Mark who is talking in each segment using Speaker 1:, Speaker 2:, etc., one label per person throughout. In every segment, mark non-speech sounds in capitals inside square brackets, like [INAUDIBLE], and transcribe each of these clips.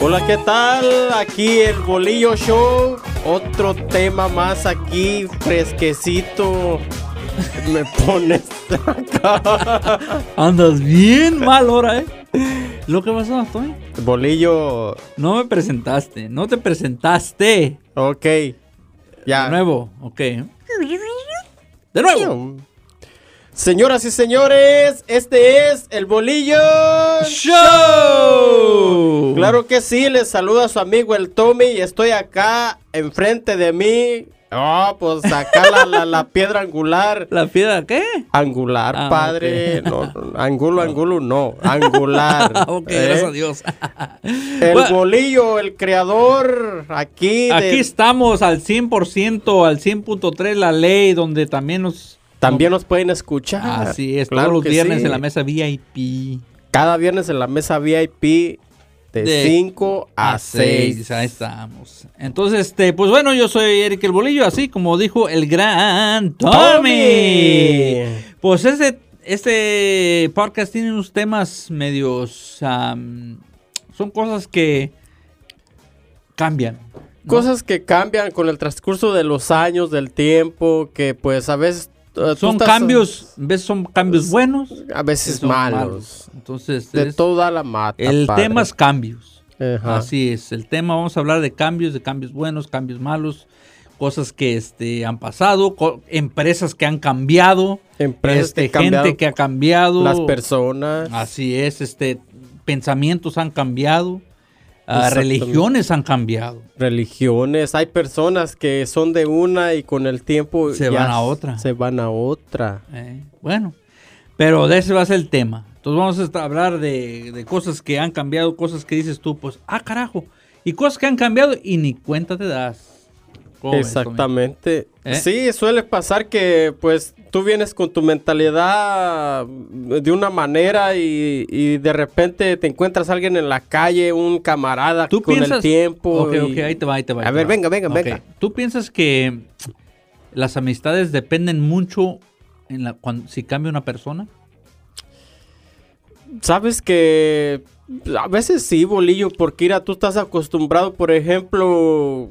Speaker 1: Hola, ¿qué tal? Aquí el Bolillo Show. Otro tema más aquí, fresquecito. [LAUGHS] Me pones [LAUGHS] acá.
Speaker 2: Andas bien mal ahora, ¿eh? Lo que pasó, Tony.
Speaker 1: Bolillo.
Speaker 2: No me presentaste, no te presentaste.
Speaker 1: Ok.
Speaker 2: De
Speaker 1: Ya.
Speaker 2: nuevo, ok. De nuevo.
Speaker 1: Señoras y señores, este es el Bolillo
Speaker 2: ¡Show!
Speaker 1: Claro que sí, les saluda su amigo el Tommy y estoy acá enfrente de mí. Oh, pues acá la, la- la piedra angular.
Speaker 2: ¿La piedra qué?
Speaker 1: Angular,
Speaker 2: Ah,
Speaker 1: padre.
Speaker 2: ok.
Speaker 1: No, no, angulo, angulo, no. Angular.
Speaker 2: [LAUGHS] Ah, ok,
Speaker 1: ¿eh?
Speaker 2: gracias a Dios.
Speaker 1: El
Speaker 2: Bueno,
Speaker 1: bolillo, el creador, aquí. de-
Speaker 2: aquí estamos al 100%, al 100.3 la ley, donde también nos...
Speaker 1: También nos pueden escuchar.
Speaker 2: Así es,
Speaker 1: Claro
Speaker 2: todos los
Speaker 1: que
Speaker 2: viernes
Speaker 1: sí.
Speaker 2: en la mesa VIP.
Speaker 1: Cada viernes en la mesa VIP de
Speaker 2: De
Speaker 1: 5 a
Speaker 2: seis,
Speaker 1: 6.
Speaker 2: Ahí estamos. Entonces, este, pues bueno, yo soy Eric el Bolillo, así como dijo el gran Tommy. Pues este, este podcast tiene unos temas medios. am, son cosas que cambian. ¿no?
Speaker 1: Cosas que cambian con el transcurso de los años, del tiempo, que pues a veces... eh, tú
Speaker 2: Son
Speaker 1: estás-
Speaker 2: cambios, a veces son cambios buenos,
Speaker 1: A
Speaker 2: a veces
Speaker 1: veces
Speaker 2: son
Speaker 1: malos.
Speaker 2: Entonces,
Speaker 1: De
Speaker 2: es-
Speaker 1: toda la mata.
Speaker 2: el
Speaker 1: padre.
Speaker 2: tema es cambios.
Speaker 1: Ajá.
Speaker 2: Así es, el tema vamos a hablar de cambios, de cambios buenos, cambios malos, cosas que este, han pasado, co- empresas que han cambiado,
Speaker 1: Empresas
Speaker 2: este,
Speaker 1: que cambiaron
Speaker 2: gente que ha cambiado,
Speaker 1: las personas.
Speaker 2: así es, este, pensamientos han cambiado, ah,
Speaker 1: Exactamente.
Speaker 2: religiones han cambiado,
Speaker 1: religiones, hay personas que son de una y con el tiempo
Speaker 2: Se
Speaker 1: ya
Speaker 2: van a otra.
Speaker 1: Se van a otra.
Speaker 2: eh, bueno, pero de ese va a ser el tema. Entonces vamos a estar- hablar de, de cosas que han cambiado, cosas que dices tú, pues, ah, carajo, y cosas que han cambiado y ni cuenta te das. ¿Cómo ves, Tommy?
Speaker 1: Exactamente.
Speaker 2: ¿Eh?
Speaker 1: Sí, suele pasar que pues tú vienes con tu mentalidad mm, de una manera y, y de repente te encuentras a alguien en la calle, un camarada
Speaker 2: ¿Tú
Speaker 1: con
Speaker 2: piensas?
Speaker 1: el tiempo.
Speaker 2: Ok,
Speaker 1: y-
Speaker 2: ok, ahí te va, ahí te va. ahí
Speaker 1: A
Speaker 2: te
Speaker 1: ver,
Speaker 2: va.
Speaker 1: venga, venga,
Speaker 2: Ok.
Speaker 1: venga.
Speaker 2: ¿Tú piensas que las amistades dependen mucho en la, cuan- si cambia una persona?
Speaker 1: Sabes que a veces sí, bolillo, porque mira, tú estás acostumbrado, por ejemplo,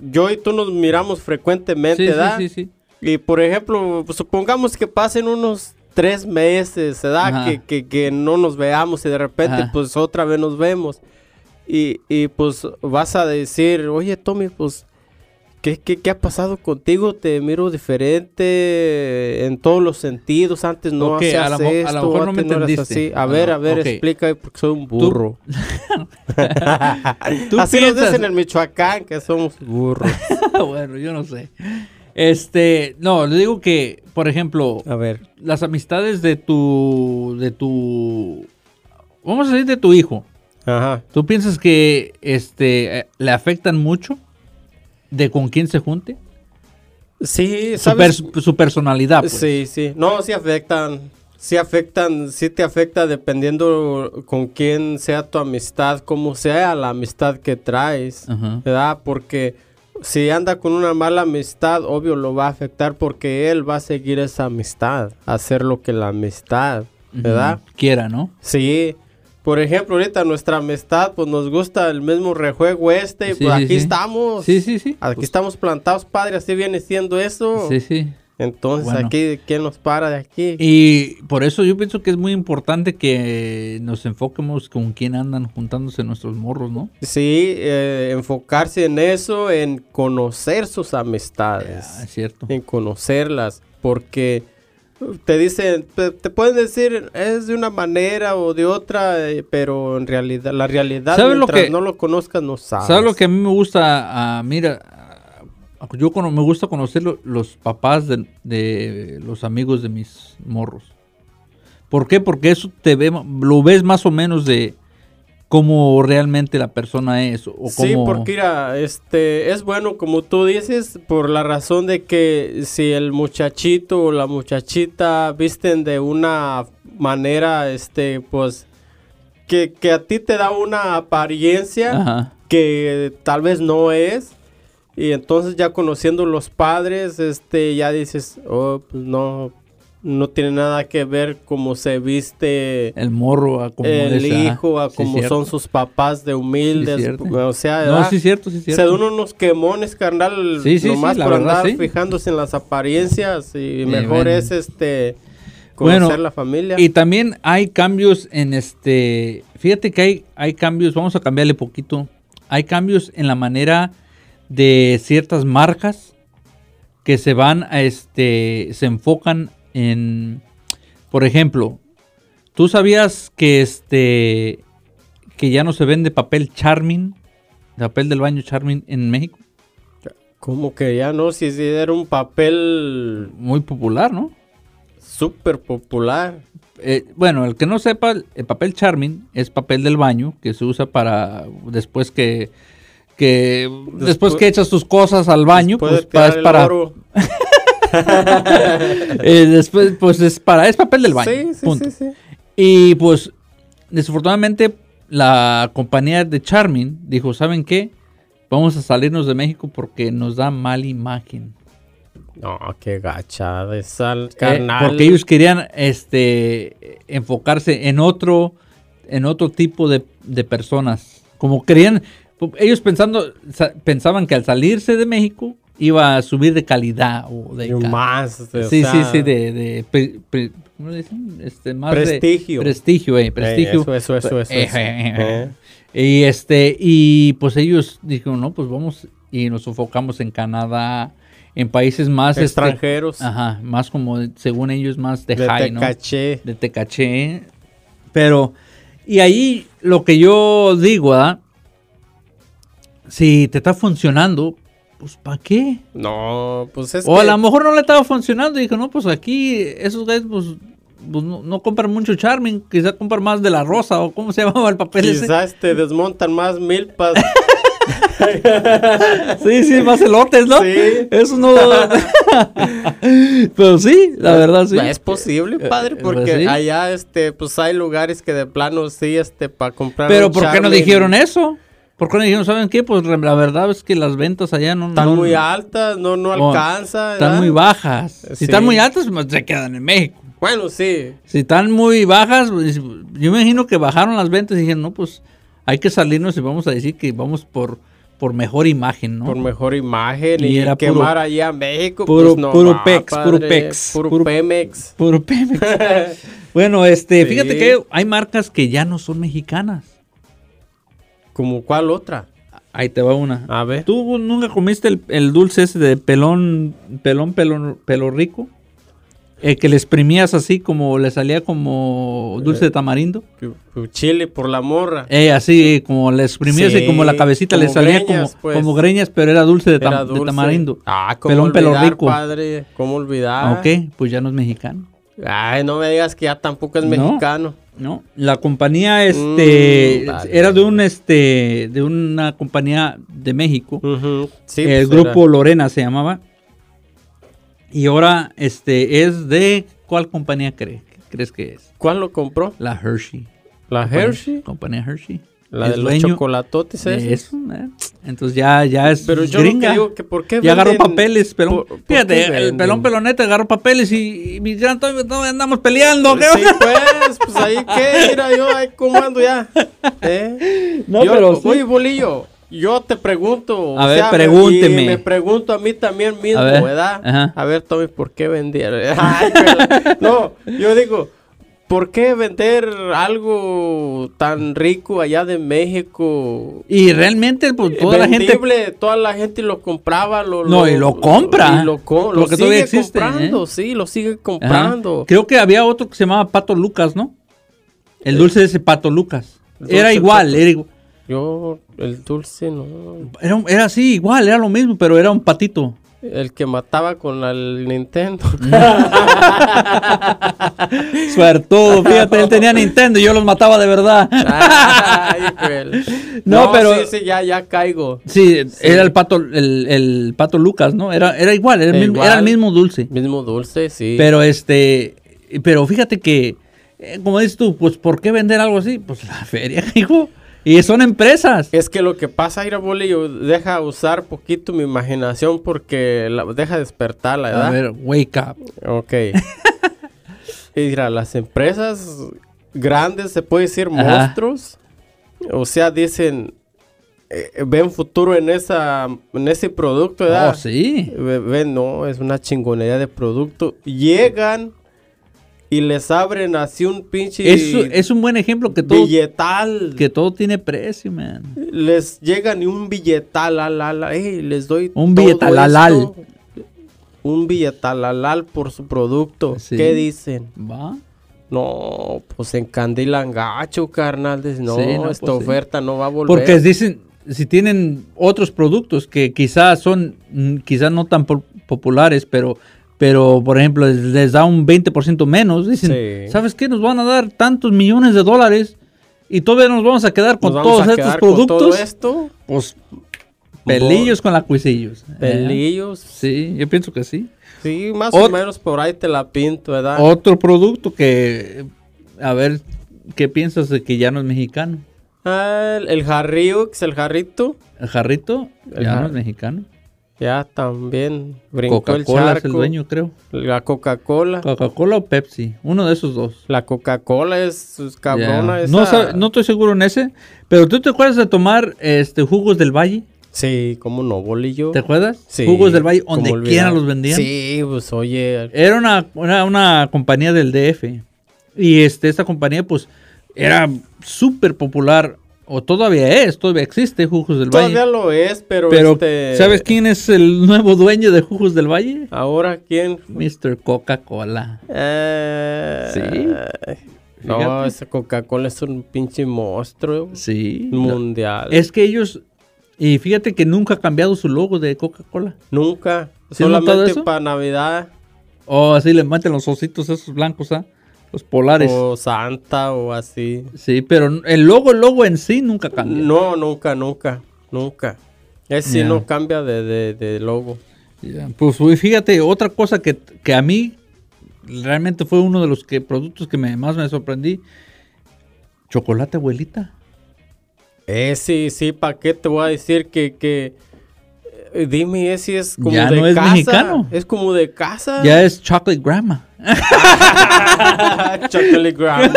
Speaker 1: yo y tú nos miramos frecuentemente,
Speaker 2: Sí,
Speaker 1: ¿verdad? [LAUGHS]
Speaker 2: sí, sí, sí.
Speaker 1: Y por ejemplo, pues, supongamos que pasen unos tres meses, ¿verdad?
Speaker 2: Ajá.
Speaker 1: Que, que, que no nos veamos y de repente
Speaker 2: Ajá.
Speaker 1: pues otra vez nos vemos. Y, y, pues vas a decir, oye Tommy, pues, ¿qué, qué, qué ha pasado contigo? Te miro diferente en todos los sentidos. Antes no
Speaker 2: Ok,
Speaker 1: hacías
Speaker 2: a lo mo- a lo
Speaker 1: esto,
Speaker 2: mejor no
Speaker 1: antes
Speaker 2: me
Speaker 1: eras
Speaker 2: entendiste.
Speaker 1: así. A
Speaker 2: A lo-
Speaker 1: ver, a ver,
Speaker 2: ok.
Speaker 1: explica porque soy un burro. así
Speaker 2: ¿Tú
Speaker 1: nos
Speaker 2: piensas- Ah,
Speaker 1: dicen en el Michoacán que somos burros.
Speaker 2: [LAUGHS] bueno, yo no sé. Este, no, le digo que, por ejemplo,
Speaker 1: [LAUGHS] A ver.
Speaker 2: las amistades de tu, de tu, vamos a decir de tu hijo.
Speaker 1: Ajá.
Speaker 2: ¿Tú piensas que, este, eh, le afectan mucho de con quién se junte?
Speaker 1: Sí,
Speaker 2: Su,
Speaker 1: ¿sabes?
Speaker 2: pers- su personalidad, pues.
Speaker 1: Sí, sí. No, sí afectan. Sí afectan, sí te afecta dependiendo con quién sea tu amistad, cómo sea la amistad que traes,
Speaker 2: Ajá.
Speaker 1: ¿verdad? Porque si anda con una mala amistad, obvio lo va a afectar porque él va a seguir esa amistad, hacer lo que la amistad, ¿verdad?
Speaker 2: Ujú, Quiera, ¿no?
Speaker 1: Sí. Por ejemplo, ahorita nuestra amistad, pues nos gusta el mismo rejuego este, y
Speaker 2: Sí,
Speaker 1: pues
Speaker 2: sí,
Speaker 1: aquí
Speaker 2: sí.
Speaker 1: estamos.
Speaker 2: Sí, sí, sí.
Speaker 1: Aquí
Speaker 2: Pues-
Speaker 1: estamos plantados, padre, así viene siendo eso.
Speaker 2: Sí, sí.
Speaker 1: Entonces,
Speaker 2: Bueno.
Speaker 1: aquí, ¿quién nos para de aquí?
Speaker 2: Y por eso yo pienso que es muy importante que nos enfoquemos con quién andan juntándose nuestros morros, ¿no?
Speaker 1: Sí, eh, enfocarse en eso, en conocer sus amistades,
Speaker 2: Ah, es cierto.
Speaker 1: en conocerlas, porque te dicen, te, te pueden decir, es de una manera o de otra, eh, pero en realidad, la realidad,
Speaker 2: ¿Sabes lo
Speaker 1: mientras
Speaker 2: que-
Speaker 1: no lo conozcas, no sabes.
Speaker 2: ¿Sabes lo que a mí me gusta? Ah, mira, ah, yo cono- me gusta conocer lo- los papás de, de los amigos de mis morros. ¿Por qué? Porque eso te ve, lo ves más o menos de cómo realmente la persona es. O cómo...
Speaker 1: Sí, porque mira, este, es bueno, como tú dices, por la razón de que si el muchachito o la muchachita visten de una manera, este, pues, que, que a ti te da una apariencia
Speaker 2: Ajá.
Speaker 1: que tal vez no es, y entonces ya conociendo los padres, este, ya dices, oh, pues no, no tiene nada que ver cómo se viste
Speaker 2: El morro, a como
Speaker 1: el
Speaker 2: es, ah.
Speaker 1: hijo, a
Speaker 2: Sí,
Speaker 1: cómo
Speaker 2: cierto.
Speaker 1: son sus papás de
Speaker 2: Sí,
Speaker 1: humildes.
Speaker 2: cierto.
Speaker 1: o sea,
Speaker 2: No,
Speaker 1: ¿verdad?
Speaker 2: sí, cierto, sí,
Speaker 1: se
Speaker 2: cierto.
Speaker 1: dan unos quemones, carnal,
Speaker 2: Sí, sí,
Speaker 1: nomás
Speaker 2: sí, la
Speaker 1: por
Speaker 2: verdad,
Speaker 1: andar
Speaker 2: sí.
Speaker 1: fijándose en las apariencias. Y
Speaker 2: Eh,
Speaker 1: mejor
Speaker 2: bueno.
Speaker 1: es este conocer
Speaker 2: Bueno,
Speaker 1: la familia.
Speaker 2: Y también hay cambios en este. Fíjate que hay, hay cambios, vamos a cambiarle poquito. Hay cambios en la manera de ciertas marcas que se van a este. se enfocan en. Por ejemplo, ¿tú sabías que este. que ya no se vende papel Charmin? Papel del baño Charmin en México.
Speaker 1: Como que ya no, si, si era un papel
Speaker 2: Muy popular, ¿no?
Speaker 1: súper popular.
Speaker 2: Eh, bueno, el que no sepa, el papel charmin es papel del baño que se usa para después que que después,
Speaker 1: Después-
Speaker 2: que echas tus cosas al baño,
Speaker 1: Después de
Speaker 2: pues
Speaker 1: tirar
Speaker 2: pa- es
Speaker 1: el
Speaker 2: para
Speaker 1: oro.
Speaker 2: eh, después pues es para es papel del baño.
Speaker 1: Sí, sí,
Speaker 2: punto.
Speaker 1: sí, sí.
Speaker 2: Y pues desafortunadamente la compañía de charmin dijo, "¿Saben qué? Vamos a salirnos de México porque nos da mala imagen."
Speaker 1: No, qué gachada esa,
Speaker 2: Eh,
Speaker 1: carnal.
Speaker 2: porque ellos querían este enfocarse en otro en otro tipo de, de personas como querían pu- ellos pensando sa- pensaban que al salirse de México iba a subir de calidad o de
Speaker 1: Y
Speaker 2: ca-
Speaker 1: más. o
Speaker 2: sí sí
Speaker 1: sea, eh,
Speaker 2: sí de, de pre- pre- ¿cómo le dicen? Este, más de-
Speaker 1: Prestigio.
Speaker 2: prestigio eh,
Speaker 1: eh,
Speaker 2: prestigio
Speaker 1: eso, eso, eso, eso.
Speaker 2: [LAUGHS] Eh,
Speaker 1: eso.
Speaker 2: eh,
Speaker 1: Eh.
Speaker 2: y este, y pues ellos dijeron, no, pues vamos, y nos enfocamos en Canadá, en países más este,
Speaker 1: Extranjeros.
Speaker 2: ajá, más como de- según ellos, más de,
Speaker 1: de
Speaker 2: high, ¿no?
Speaker 1: Tecaché.
Speaker 2: De Tecaché. Pero, y ahí lo que yo digo, ¿verdad? Si te está funcionando, pues ¿para qué?
Speaker 1: No, pues es
Speaker 2: o a
Speaker 1: que-
Speaker 2: lo mejor no le estaba funcionando y dijo, no, pues aquí esos güeyes, pues, pues, no, no compran mucho Charming, quizá compran más de la rosa o cómo se [LAUGHS] llamaba el papel ese.
Speaker 1: quizás te desmontan más milpas.
Speaker 2: Sí, sí, más elotes, ¿no?
Speaker 1: Sí.
Speaker 2: Eso
Speaker 1: [LAUGHS]
Speaker 2: no. [LAUGHS] Pero sí, la verdad [LAUGHS] sí.
Speaker 1: Pues, Es posible, padre,
Speaker 2: Eh,
Speaker 1: porque
Speaker 2: pues sí.
Speaker 1: allá este pues hay lugares que de plano sí este para comprar
Speaker 2: Pero
Speaker 1: un
Speaker 2: ¿por qué no
Speaker 1: Charmin
Speaker 2: dijeron eso? ¿Por qué no dijeron, saben qué? Pues re- la verdad es que las ventas allá no.
Speaker 1: Están
Speaker 2: no-
Speaker 1: muy altas, no no
Speaker 2: Oh,
Speaker 1: alcanza.
Speaker 2: Están
Speaker 1: ¿verdad?
Speaker 2: muy bajas.
Speaker 1: Sí.
Speaker 2: Si están muy altas, pues, se quedan en México.
Speaker 1: Bueno, sí.
Speaker 2: Si están muy bajas, pues, yo me imagino que bajaron las ventas y dijeron, no, pues hay que salirnos y vamos a decir que vamos por, por mejor imagen, ¿no?
Speaker 1: Por
Speaker 2: [LAUGHS]
Speaker 1: mejor imagen
Speaker 2: Y
Speaker 1: y,
Speaker 2: era puro-
Speaker 1: quemar allá a México.
Speaker 2: puro-
Speaker 1: pues no
Speaker 2: puro
Speaker 1: va,
Speaker 2: pex, puro
Speaker 1: padre,
Speaker 2: pex,
Speaker 1: Puro,
Speaker 2: puro-
Speaker 1: Pemex.
Speaker 2: Puro Pemex.
Speaker 1: [LAUGHS]
Speaker 2: bueno, este,
Speaker 1: Sí.
Speaker 2: fíjate que hay marcas que ya no son mexicanas.
Speaker 1: ¿Como cuál otra?
Speaker 2: Ahí te va una.
Speaker 1: A ver.
Speaker 2: ¿Tú nunca comiste el, el dulce ese de pelón, pelón, pelón, pelo rico? El que le exprimías así como, le salía como dulce de
Speaker 1: Eh.
Speaker 2: tamarindo.
Speaker 1: Chile por la morra.
Speaker 2: Eh, así como le exprimías y
Speaker 1: Sí,
Speaker 2: como la cabecita le
Speaker 1: como
Speaker 2: salía
Speaker 1: greñas,
Speaker 2: como,
Speaker 1: pues.
Speaker 2: como greñas, pero era dulce de, tam-
Speaker 1: Era
Speaker 2: de
Speaker 1: dulce.
Speaker 2: tamarindo.
Speaker 1: Ah, ¿cómo
Speaker 2: Pelón pelo
Speaker 1: olvidar,
Speaker 2: rico.
Speaker 1: padre? ¿Cómo olvidar?
Speaker 2: Ok, pues ya no es mexicano.
Speaker 1: Ay, no me digas que ya tampoco es
Speaker 2: No.
Speaker 1: mexicano.
Speaker 2: No, la compañía este
Speaker 1: Mm, vale.
Speaker 2: era de un este de una compañía de México.
Speaker 1: Ujú, Sí,
Speaker 2: el
Speaker 1: pues,
Speaker 2: grupo Lorena se llamaba. Y ahora este es de ¿cuál compañía cree- crees que es?
Speaker 1: era- ¿Cuál lo compró?
Speaker 2: La Hershey.
Speaker 1: ¿La Hershey?
Speaker 2: Compañía Hershey.
Speaker 1: ¿La
Speaker 2: El
Speaker 1: de los
Speaker 2: dueño
Speaker 1: chocolatotes?
Speaker 2: de
Speaker 1: esos?
Speaker 2: eso, ¿eh? Entonces ya ya es
Speaker 1: Pero yo lo que
Speaker 2: gringa.
Speaker 1: digo que ¿por qué
Speaker 2: Ya agarró
Speaker 1: venden-
Speaker 2: papeles, pelón.
Speaker 1: por- por
Speaker 2: Fíjate,
Speaker 1: qué
Speaker 2: el
Speaker 1: venden?
Speaker 2: pelón pelonete agarró papeles y, y mi gran Toño, no, andamos peleando. ¿qué?
Speaker 1: Sí, pues, pues ahí qué, mira, yo ahí comando ya. ¿Eh?
Speaker 2: [LAUGHS] No,
Speaker 1: Yo-
Speaker 2: pero sí.
Speaker 1: Oye, Bolillo, yo te pregunto.
Speaker 2: A
Speaker 1: o
Speaker 2: ver,
Speaker 1: me-
Speaker 2: pregúnteme.
Speaker 1: y Me pregunto a mí también mismo,
Speaker 2: A ver,
Speaker 1: ¿verdad?
Speaker 2: ajá.
Speaker 1: A ver, Tommy, ¿por qué vender? [LAUGHS] Ay, pero- no, yo digo, ¿por qué vender algo tan rico allá de México?
Speaker 2: Y realmente, pues, toda la gente
Speaker 1: Vendible, toda la gente lo compraba. Lo,
Speaker 2: No, y lo compra.
Speaker 1: Y lo, co-
Speaker 2: Lo
Speaker 1: lo
Speaker 2: que todavía
Speaker 1: sigue
Speaker 2: existe,
Speaker 1: comprando,
Speaker 2: ¿eh?
Speaker 1: sí, lo sigue
Speaker 2: Ajá.
Speaker 1: comprando.
Speaker 2: Creo que había otro que se llamaba Pato Lucas, ¿no? El dulce de ese Pato Lucas.
Speaker 1: Eh. Dulce
Speaker 2: Era igual,
Speaker 1: Pato.
Speaker 2: era, igu-
Speaker 1: Yo, el dulce, no.
Speaker 2: era, un- era así, igual, era lo mismo, pero era un patito.
Speaker 1: El que mataba con la- el
Speaker 2: [LAUGHS]
Speaker 1: Nintendo. [LAUGHS]
Speaker 2: Suertudo, fíjate, él tenía Nintendo y yo los mataba de verdad.
Speaker 1: Ay, güey.
Speaker 2: No, pero-
Speaker 1: Sí, sí, ya, ya caigo.
Speaker 2: Sí, era el Pato, el, el Pato Lucas, ¿no? Era, era igual, era el,
Speaker 1: Era
Speaker 2: mismo, era el
Speaker 1: igual.
Speaker 2: mismo dulce.
Speaker 1: Mismo dulce, sí.
Speaker 2: Pero este, pero fíjate que, eh, como dices tú, pues, ¿por qué vender algo así? Pues la feria, [LAUGHS] hijo. Y son empresas.
Speaker 1: Es que lo que pasa, Ira Bolillo, deja usar poquito mi imaginación porque la, deja despertarla,
Speaker 2: A
Speaker 1: ¿verdad?
Speaker 2: [LAUGHS] ver, wake up.
Speaker 1: Ok. Y mira, las empresas grandes, se puede decir
Speaker 2: Ajá.
Speaker 1: monstruos, o sea, dicen, eh, ven futuro en, esa, en ese producto, ¿verdad?
Speaker 2: Oh, sí.
Speaker 1: Ve- ve, no, es una chingonería de producto. Llegan y les abren así un pinche
Speaker 2: Es, es un buen ejemplo que todo,
Speaker 1: billetal.
Speaker 2: que todo tiene precio, man.
Speaker 1: Les llegan y un billetal, al, al, ey, les doy
Speaker 2: Un
Speaker 1: todo
Speaker 2: billetalalal.
Speaker 1: esto. Un billetalalal por su producto.
Speaker 2: Sí.
Speaker 1: ¿Qué dicen?
Speaker 2: ¿Va?
Speaker 1: No, pues encandilan gacho, carnal. Dicen, no,
Speaker 2: Sí, no, pues
Speaker 1: esta
Speaker 2: sí.
Speaker 1: oferta no va a volver.
Speaker 2: Porque dicen, si tienen otros productos que quizás son, mm, quizás no tan po- populares, pero, pero por ejemplo, les, les da un 20% menos, dicen,
Speaker 1: Sí.
Speaker 2: ¿sabes qué? Nos van a dar tantos millones de dólares y todavía nos vamos a
Speaker 1: Nos
Speaker 2: quedar con
Speaker 1: vamos
Speaker 2: todos
Speaker 1: a
Speaker 2: estos
Speaker 1: quedar con
Speaker 2: productos.
Speaker 1: todo esto,
Speaker 2: Pues, pelillos con la cuisillos. ¿eh?
Speaker 1: pelillos.
Speaker 2: Sí, yo pienso que sí.
Speaker 1: Sí, más o
Speaker 2: Ot-
Speaker 1: menos por ahí te la pinto, ¿verdad?
Speaker 2: Otro producto que, a ver, ¿qué piensas de que ya no es mexicano?
Speaker 1: Ah, el, el jarrío, que es el jarrito.
Speaker 2: El jarrito
Speaker 1: El
Speaker 2: ya no
Speaker 1: jar-
Speaker 2: es mexicano.
Speaker 1: Ya también brincó el
Speaker 2: Coca-Cola
Speaker 1: charco.
Speaker 2: es el dueño, Ah. creo.
Speaker 1: La Coca-Cola.
Speaker 2: Coca-Cola o Pepsi, uno de esos dos.
Speaker 1: La Coca-Cola es es cabrona
Speaker 2: Ya.
Speaker 1: esa.
Speaker 2: No, sab- no estoy seguro en ese, pero ¿tú te acuerdas de tomar este jugos del Valle?
Speaker 1: Sí, cómo no, bolillo.
Speaker 2: ¿Te acuerdas?
Speaker 1: Sí,
Speaker 2: jugos del Valle,
Speaker 1: cómo
Speaker 2: donde quiera
Speaker 1: olvidar.
Speaker 2: los vendían.
Speaker 1: Sí, pues oye.
Speaker 2: Era una, una, una compañía del DF. Y este, esta compañía, pues, era súper popular. O todavía es, todavía existe Jugos del
Speaker 1: Todavía
Speaker 2: Valle.
Speaker 1: lo es, pero,
Speaker 2: Pero,
Speaker 1: este,
Speaker 2: ¿sabes quién es el nuevo dueño de Jugos del Valle?
Speaker 1: Ahora quién.
Speaker 2: Mr. Coca-Cola.
Speaker 1: Eh,
Speaker 2: Sí.
Speaker 1: No,
Speaker 2: Fíjate.
Speaker 1: esa Coca-Cola es un pinche monstruo
Speaker 2: Sí.
Speaker 1: mundial.
Speaker 2: Es que ellos. Y fíjate que nunca ha cambiado su logo de Coca-Cola.
Speaker 1: Nunca.
Speaker 2: ¿Sí has notado
Speaker 1: Solamente
Speaker 2: eso?
Speaker 1: para Navidad.
Speaker 2: O Oh, así le meten los ositos esos blancos, ¿ah? Los polares.
Speaker 1: O Santa o así.
Speaker 2: Sí, pero el logo, el logo en sí nunca cambia.
Speaker 1: No, nunca, nunca, nunca. Es si
Speaker 2: Ya.
Speaker 1: no cambia de, de- de logo.
Speaker 2: Ya, Pues uy, fíjate, otra cosa que, que a mí realmente fue uno de los que, productos que me, más me sorprendí. Chocolate, abuelita.
Speaker 1: Eh, sí, sí, ¿para qué te voy a decir que, que eh, dime eh, si es como
Speaker 2: Ya
Speaker 1: de
Speaker 2: no es
Speaker 1: casa?
Speaker 2: mexicano.
Speaker 1: Es como de casa.
Speaker 2: Ya es chocolate grandma.
Speaker 1: [LAUGHS] chocolate
Speaker 2: [LAUGHS]
Speaker 1: grandma.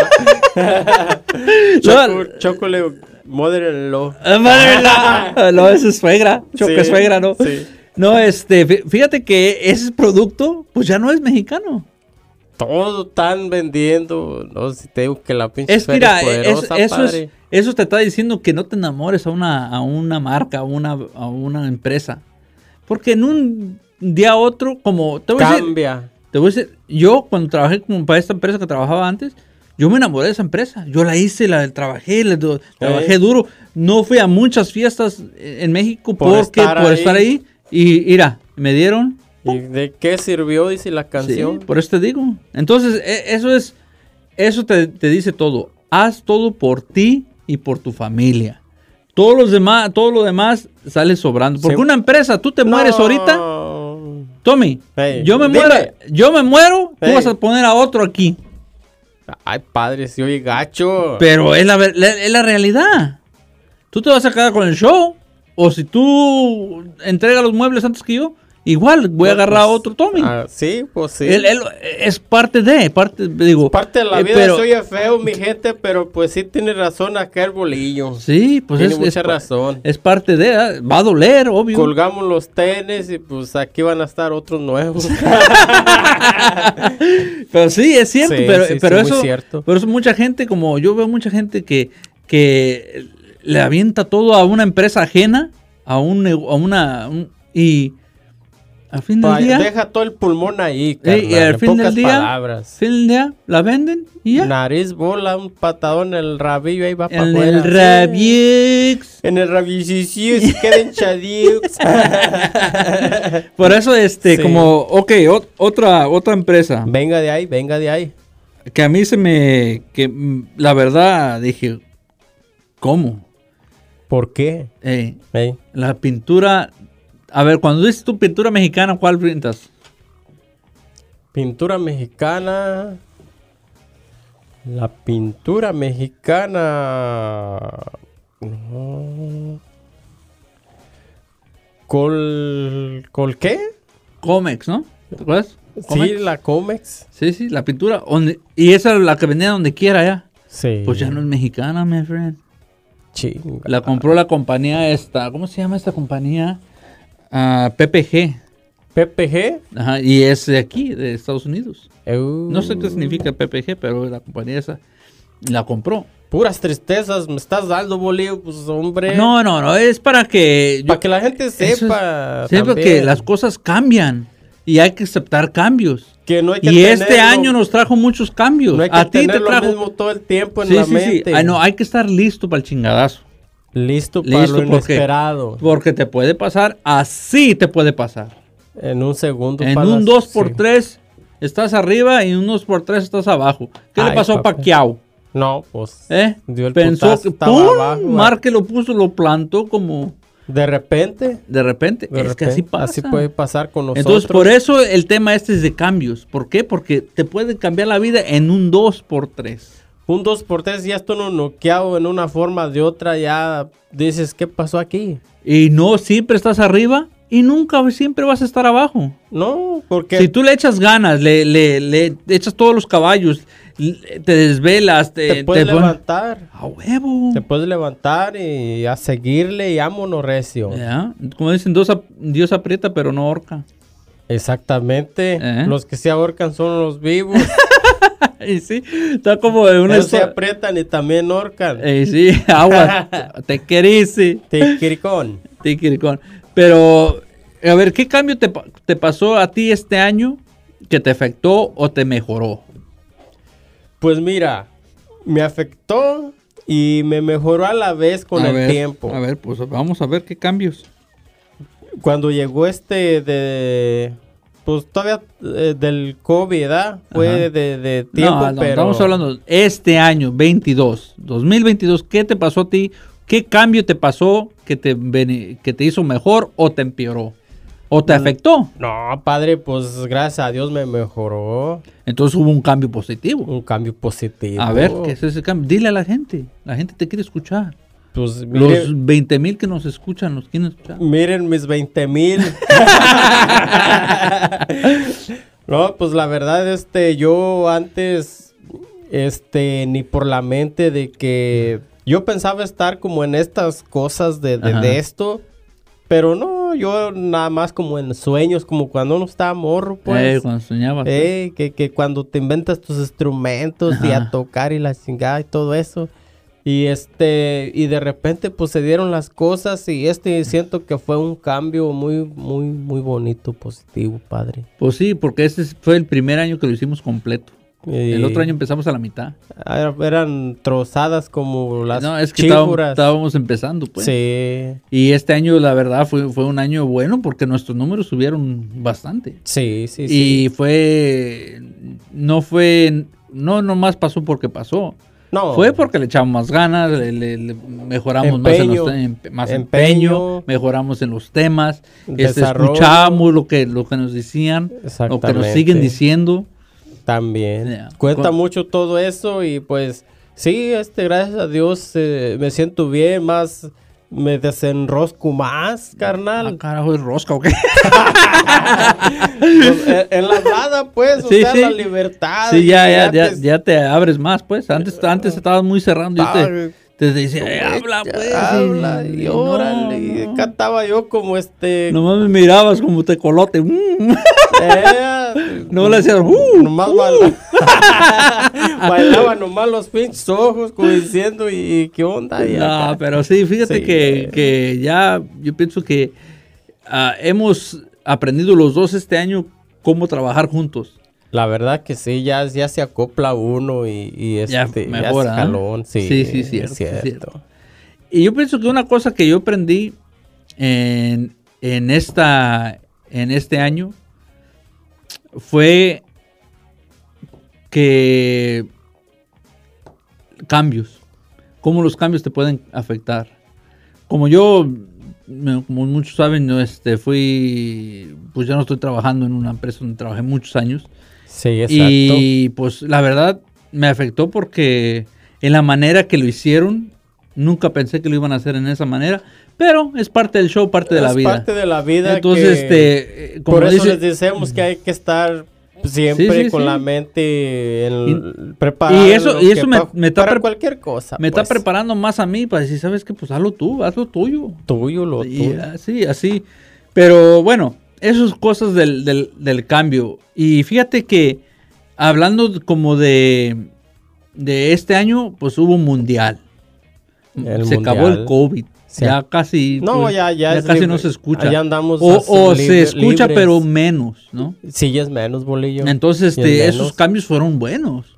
Speaker 1: Choco-
Speaker 2: No.
Speaker 1: chocolate mother-in-law.
Speaker 2: Ah, madre mía. [LAUGHS] no, esa es suegra. Choca
Speaker 1: Sí,
Speaker 2: suegra, ¿no?
Speaker 1: sí.
Speaker 2: No, este, fí- fíjate que ese producto, pues ya no es mexicano.
Speaker 1: Todo están vendiendo. No si te digo que la pinche
Speaker 2: Es que
Speaker 1: feria
Speaker 2: mira,
Speaker 1: es
Speaker 2: es-
Speaker 1: poderosa,
Speaker 2: eso, es-
Speaker 1: padre.
Speaker 2: eso te está diciendo que no te enamores a una, a una marca, a una, a una empresa. Porque en un día a otro, como te voy a decir,
Speaker 1: Cambia.
Speaker 2: Te voy a decir, yo cuando trabajé como para esta empresa que trabajaba antes, yo me enamoré de esa empresa. Yo la hice, la trabajé, la du- trabajé duro. No fui a muchas fiestas eh, en México
Speaker 1: Por
Speaker 2: porque
Speaker 1: estar
Speaker 2: por
Speaker 1: ahí.
Speaker 2: estar ahí. Y mira, me dieron.
Speaker 1: ¿Y de qué sirvió, dice la canción?
Speaker 2: Sí, por eso te digo. Entonces, e- eso es, eso te, te dice todo. Haz todo por ti y por tu familia. Todos los demás, todo lo demás sale sobrando. Porque
Speaker 1: Sí.
Speaker 2: una empresa, tú te mueres
Speaker 1: No.
Speaker 2: ahorita Tommy,
Speaker 1: Ey,
Speaker 2: yo me
Speaker 1: dime.
Speaker 2: muero, yo me muero, tú
Speaker 1: Ey.
Speaker 2: vas a poner a otro aquí.
Speaker 1: Ay, padre, si oye gacho.
Speaker 2: Pero es la, ver- la- es la realidad. Tú te vas a quedar con el show. O si tú entregas los muebles antes que yo, igual voy a
Speaker 1: No,
Speaker 2: agarrar a
Speaker 1: pues,
Speaker 2: otro Tommy.
Speaker 1: Ah, sí, pues sí.
Speaker 2: Él- él es parte de, parte, digo.
Speaker 1: Parte de la
Speaker 2: eh,
Speaker 1: vida
Speaker 2: pero-
Speaker 1: se oye feo, mi gente, pero pues sí tiene razón acá el bolillo.
Speaker 2: Sí, pues
Speaker 1: tiene
Speaker 2: es,
Speaker 1: mucha
Speaker 2: es pa-
Speaker 1: razón.
Speaker 2: es parte de, ah, va a doler, obvio.
Speaker 1: Colgamos los tenis y pues aquí van a estar otros
Speaker 2: [LAUGHS]
Speaker 1: nuevos.
Speaker 2: Pero sí, es cierto,
Speaker 1: Sí,
Speaker 2: pero,
Speaker 1: sí, sí,
Speaker 2: pero
Speaker 1: muy
Speaker 2: eso,
Speaker 1: cierto.
Speaker 2: pero eso mucha gente, como yo veo mucha gente que, que le avienta todo a una empresa ajena, a un nego- a una un- y al fin
Speaker 1: Pa-
Speaker 2: del día,
Speaker 1: Deja todo el pulmón ahí,
Speaker 2: eh,
Speaker 1: carnal,
Speaker 2: y al
Speaker 1: en
Speaker 2: fin del
Speaker 1: pocas
Speaker 2: día,
Speaker 1: palabras.
Speaker 2: fin del día la venden y ya.
Speaker 1: Nariz, bola, un patadón, el rabillo ahí va para
Speaker 2: en el Rabiex.
Speaker 1: En el rabillo, sí, sí, se queda
Speaker 2: [LAUGHS]
Speaker 1: hinchadillo.
Speaker 2: Por eso, este,
Speaker 1: Sí.
Speaker 2: como, ok, o- otra, otra empresa
Speaker 1: venga de ahí, venga de ahí.
Speaker 2: que a mí se me, que mm, la verdad dije, ¿cómo?
Speaker 1: ¿Por qué?
Speaker 2: Eh,
Speaker 1: Ey.
Speaker 2: La pintura. A ver, cuando dices tu pintura mexicana, ¿cuál pintas?
Speaker 1: Pintura mexicana. La pintura mexicana. No. ¿Col. ¿Col qué?
Speaker 2: Comex, ¿no? ¿Te acuerdas?
Speaker 1: Sí, la Comex.
Speaker 2: Sí, sí, la pintura. Donde, y esa es la que vendía donde quiera ya.
Speaker 1: Sí.
Speaker 2: Pues ya no es mexicana, my friend.
Speaker 1: Chinga.
Speaker 2: La compró la compañía esta. ¿Cómo se llama esta compañía? Ah, PPG.
Speaker 1: PPG.
Speaker 2: Ajá, y es de aquí, de Estados Unidos.
Speaker 1: Eu.
Speaker 2: No sé qué significa PPG, pero la compañía esa la compró.
Speaker 1: Puras tristezas me estás dando, Bolívar. Pues, hombre.
Speaker 2: No, no, no, es para que... yo-
Speaker 1: Para que la gente
Speaker 2: eso es-
Speaker 1: sepa.
Speaker 2: sepa que
Speaker 1: también
Speaker 2: las cosas cambian y hay que aceptar cambios.
Speaker 1: que no hay que
Speaker 2: Y este
Speaker 1: tenerlo-
Speaker 2: año nos trajo muchos cambios.
Speaker 1: No hay que
Speaker 2: a ti
Speaker 1: tener
Speaker 2: te
Speaker 1: lo
Speaker 2: trajo...
Speaker 1: mismo todo el tiempo en
Speaker 2: sí,
Speaker 1: la
Speaker 2: sí, sí.
Speaker 1: mente.
Speaker 2: Ay, no, hay que estar listo para el chingadazo.
Speaker 1: Listo para
Speaker 2: Listo,
Speaker 1: lo
Speaker 2: porque-
Speaker 1: inesperado.
Speaker 2: Porque te puede pasar, así te puede pasar.
Speaker 1: En un segundo.
Speaker 2: En
Speaker 1: para
Speaker 2: un
Speaker 1: las-
Speaker 2: 2 por
Speaker 1: sí.
Speaker 2: 3 estás arriba y en un 2 por 3 estás abajo. ¿Qué le
Speaker 1: Ay,
Speaker 2: pasó a
Speaker 1: papá.
Speaker 2: Pacquiao?
Speaker 1: No, pues.
Speaker 2: ¿Eh?
Speaker 1: Dio el
Speaker 2: Pensó
Speaker 1: putazo,
Speaker 2: que
Speaker 1: estaba
Speaker 2: ¡pum!
Speaker 1: abajo, eh.
Speaker 2: Marque lo puso, lo plantó como
Speaker 1: De repente.
Speaker 2: de repente.
Speaker 1: de
Speaker 2: es que así
Speaker 1: repente,
Speaker 2: pasa.
Speaker 1: Así puede pasar con nosotros.
Speaker 2: Entonces, por eso el tema este es de cambios. ¿Por qué? Porque te puede cambiar la vida en un 2 por 3
Speaker 1: Un 2 por 3 ya está uno noqueado en una forma de otra, ya dices, ¿qué pasó aquí?
Speaker 2: Y no siempre estás arriba y nunca siempre vas a estar abajo.
Speaker 1: No, porque
Speaker 2: Si tú le echas ganas, le, le, le echas todos los caballos, le- te desvelas, te,
Speaker 1: te puedes
Speaker 2: te pon-
Speaker 1: levantar,
Speaker 2: A huevo.
Speaker 1: te puedes levantar y a seguirle y ámonos recio.
Speaker 2: Ya, Como dicen, Dios, ap- Dios aprieta pero no ahorca. [LAUGHS]
Speaker 1: Exactamente,
Speaker 2: Eh.
Speaker 1: los que se ahorcan son los
Speaker 2: [LAUGHS]
Speaker 1: vivos,
Speaker 2: Y sí, está como de una
Speaker 1: no se
Speaker 2: historia.
Speaker 1: aprietan y también ahorcan.
Speaker 2: Eh, sí, [LAUGHS]
Speaker 1: [LAUGHS]
Speaker 2: agua. te querís,
Speaker 1: Tiquiricón.
Speaker 2: tiquiricón. Pero, a ver, ¿qué cambio te, pa- te pasó a ti este año que te afectó o te mejoró?
Speaker 1: Pues mira, me afectó y me mejoró a la vez con
Speaker 2: A
Speaker 1: el
Speaker 2: ver,
Speaker 1: tiempo.
Speaker 2: A ver, pues vamos a ver qué cambios.
Speaker 1: cuando llegó este de pues todavía eh, del COVID, ¿verdad?
Speaker 2: Ajá.
Speaker 1: Fue de, de tiempo,
Speaker 2: no, no,
Speaker 1: pero
Speaker 2: estamos hablando este año 22, 2022, ¿qué te pasó a ti? ¿Qué cambio te pasó que te bene- que te hizo mejor o te empeoró o
Speaker 1: Mm.
Speaker 2: te afectó?
Speaker 1: No, padre, pues gracias a Dios me mejoró,
Speaker 2: Entonces hubo un cambio positivo.
Speaker 1: un cambio positivo.
Speaker 2: A ver, ¿qué es ese cambio? Dile a la gente, la gente te quiere escuchar.
Speaker 1: pues
Speaker 2: Los
Speaker 1: miren,
Speaker 2: 20 mil que nos escuchan, nos quieren escuchar.
Speaker 1: miren mis 20
Speaker 2: [LAUGHS]
Speaker 1: mil. no, pues la verdad este yo antes este ni por la mente de que yo pensaba estar como en estas cosas de, de-
Speaker 2: Ajá.
Speaker 1: de esto. Pero no, yo nada más como en sueños, como cuando uno está morro,
Speaker 2: Eh,
Speaker 1: pues.
Speaker 2: cuando soñabas.
Speaker 1: Ey, que, que cuando te inventas tus instrumentos y
Speaker 2: Ajá.
Speaker 1: a tocar y la chingada y todo eso. Y este, y de repente pues se dieron las cosas y este siento que fue un cambio muy, muy, muy bonito, positivo, padre.
Speaker 2: Pues sí, porque este fue el primer año que lo hicimos completo.
Speaker 1: Y
Speaker 2: El otro año empezamos a la mitad.
Speaker 1: era- eran trozadas como las
Speaker 2: no, es que estábamos,
Speaker 1: chíforas.
Speaker 2: estábamos empezando, pues.
Speaker 1: Sí,
Speaker 2: Y este año, la verdad, fue, fue un año bueno porque nuestros números subieron bastante.
Speaker 1: sí, sí,
Speaker 2: Y
Speaker 1: sí.
Speaker 2: fue. No fue. No, nomás pasó porque pasó.
Speaker 1: no,
Speaker 2: Fue porque le echamos más ganas, le, le- le mejoramos
Speaker 1: Empeño.
Speaker 2: más, en los, te- empe- más empeño,
Speaker 1: Empeño.
Speaker 2: mejoramos en los temas, este,
Speaker 1: Desarrollo.
Speaker 2: escuchamos lo que, lo que nos decían, lo que nos
Speaker 1: Exactamente.
Speaker 2: Oh, siguen diciendo.
Speaker 1: También.
Speaker 2: Ya.
Speaker 1: Cuenta
Speaker 2: Con-
Speaker 1: mucho todo eso y pues sí, este, gracias a Dios eh, me siento bien, más me desenrosco más,
Speaker 2: Ah,
Speaker 1: carnal.
Speaker 2: carajo, es rosca, [LAUGHS] ¿o qué?
Speaker 1: Pues, eh, en la nada, pues, o
Speaker 2: [LAUGHS] Sí,
Speaker 1: sea,
Speaker 2: sí.
Speaker 1: la libertad.
Speaker 2: Sí, ya, Ah, ya, pues. ya,
Speaker 1: te-
Speaker 2: ya te abres más, pues. Antes, antes estabas muy cerrando y te, te decía, "Eh, habla, pues.
Speaker 1: Habla
Speaker 2: Y
Speaker 1: y
Speaker 2: no,
Speaker 1: órale. y
Speaker 2: no.
Speaker 1: Cantaba yo como este.
Speaker 2: Nomás me mirabas como Mm. te colote.
Speaker 1: eh,
Speaker 2: [LAUGHS] no le hacías,
Speaker 1: [LAUGHS]
Speaker 2: "Uh,
Speaker 1: Nomás baila- [LAUGHS]
Speaker 2: [LAUGHS]
Speaker 1: bailaba nomás los pinches ojos, como diciendo, y, y qué onda. Y
Speaker 2: No,
Speaker 1: acá.
Speaker 2: pero sí, fíjate
Speaker 1: Sí,
Speaker 2: que,
Speaker 1: eh.
Speaker 2: que ya yo pienso que ah, hemos aprendido los dos este año cómo trabajar juntos.
Speaker 1: La verdad que sí, ya, ya se acopla uno y, y
Speaker 2: Ya
Speaker 1: este, ya
Speaker 2: mejora, ¿eh?
Speaker 1: es jalón. Sí,
Speaker 2: Sí, sí,
Speaker 1: es
Speaker 2: cierto, sí,
Speaker 1: cierto.
Speaker 2: cierto. Y yo pienso que una cosa que yo aprendí en, en esta, en este año fue que cambios, cómo los cambios te pueden afectar. Como yo, me- como muchos saben, no, este, fui, pues ya no estoy trabajando en una empresa donde trabajé muchos años.
Speaker 1: Sí, exacto.
Speaker 2: Y pues la verdad me afectó porque en la manera que lo hicieron, nunca pensé que lo iban a hacer en esa manera, pero es parte del show, parte de la
Speaker 1: es
Speaker 2: vida.
Speaker 1: parte de la vida.
Speaker 2: Entonces,
Speaker 1: que
Speaker 2: este, eh, como
Speaker 1: por eso
Speaker 2: dice-
Speaker 1: les decimos que hay que estar siempre
Speaker 2: Sí, sí,
Speaker 1: con
Speaker 2: sí.
Speaker 1: la mente en-
Speaker 2: y
Speaker 1: preparada.
Speaker 2: eso-
Speaker 1: lo
Speaker 2: y
Speaker 1: que
Speaker 2: eso me-
Speaker 1: pa-
Speaker 2: me está
Speaker 1: para
Speaker 2: pre-
Speaker 1: cualquier cosa.
Speaker 2: Me está
Speaker 1: pues.
Speaker 2: preparando más a mí para decir, ¿sabes qué? Pues hazlo tú, hazlo tuyo.
Speaker 1: Tuyo, lo
Speaker 2: Y
Speaker 1: tuyo.
Speaker 2: así, así. Pero bueno, esas cosas del, del- del cambio. Y fíjate que hablando como de, de este año, pues hubo un mundial.
Speaker 1: El
Speaker 2: se acabó el
Speaker 1: mundial.
Speaker 2: COVID.
Speaker 1: Se
Speaker 2: ya
Speaker 1: ac-
Speaker 2: casi.
Speaker 1: No,
Speaker 2: pues,
Speaker 1: ya- ya es
Speaker 2: casi
Speaker 1: libre.
Speaker 2: no se escucha.
Speaker 1: Ya andamos
Speaker 2: o
Speaker 1: as-
Speaker 2: o se
Speaker 1: libre-
Speaker 2: escucha,
Speaker 1: libres.
Speaker 2: pero menos, ¿no?
Speaker 1: Sí, es menos, bolillo.
Speaker 2: Entonces,
Speaker 1: Y es
Speaker 2: este,
Speaker 1: menos.
Speaker 2: esos cambios fueron buenos.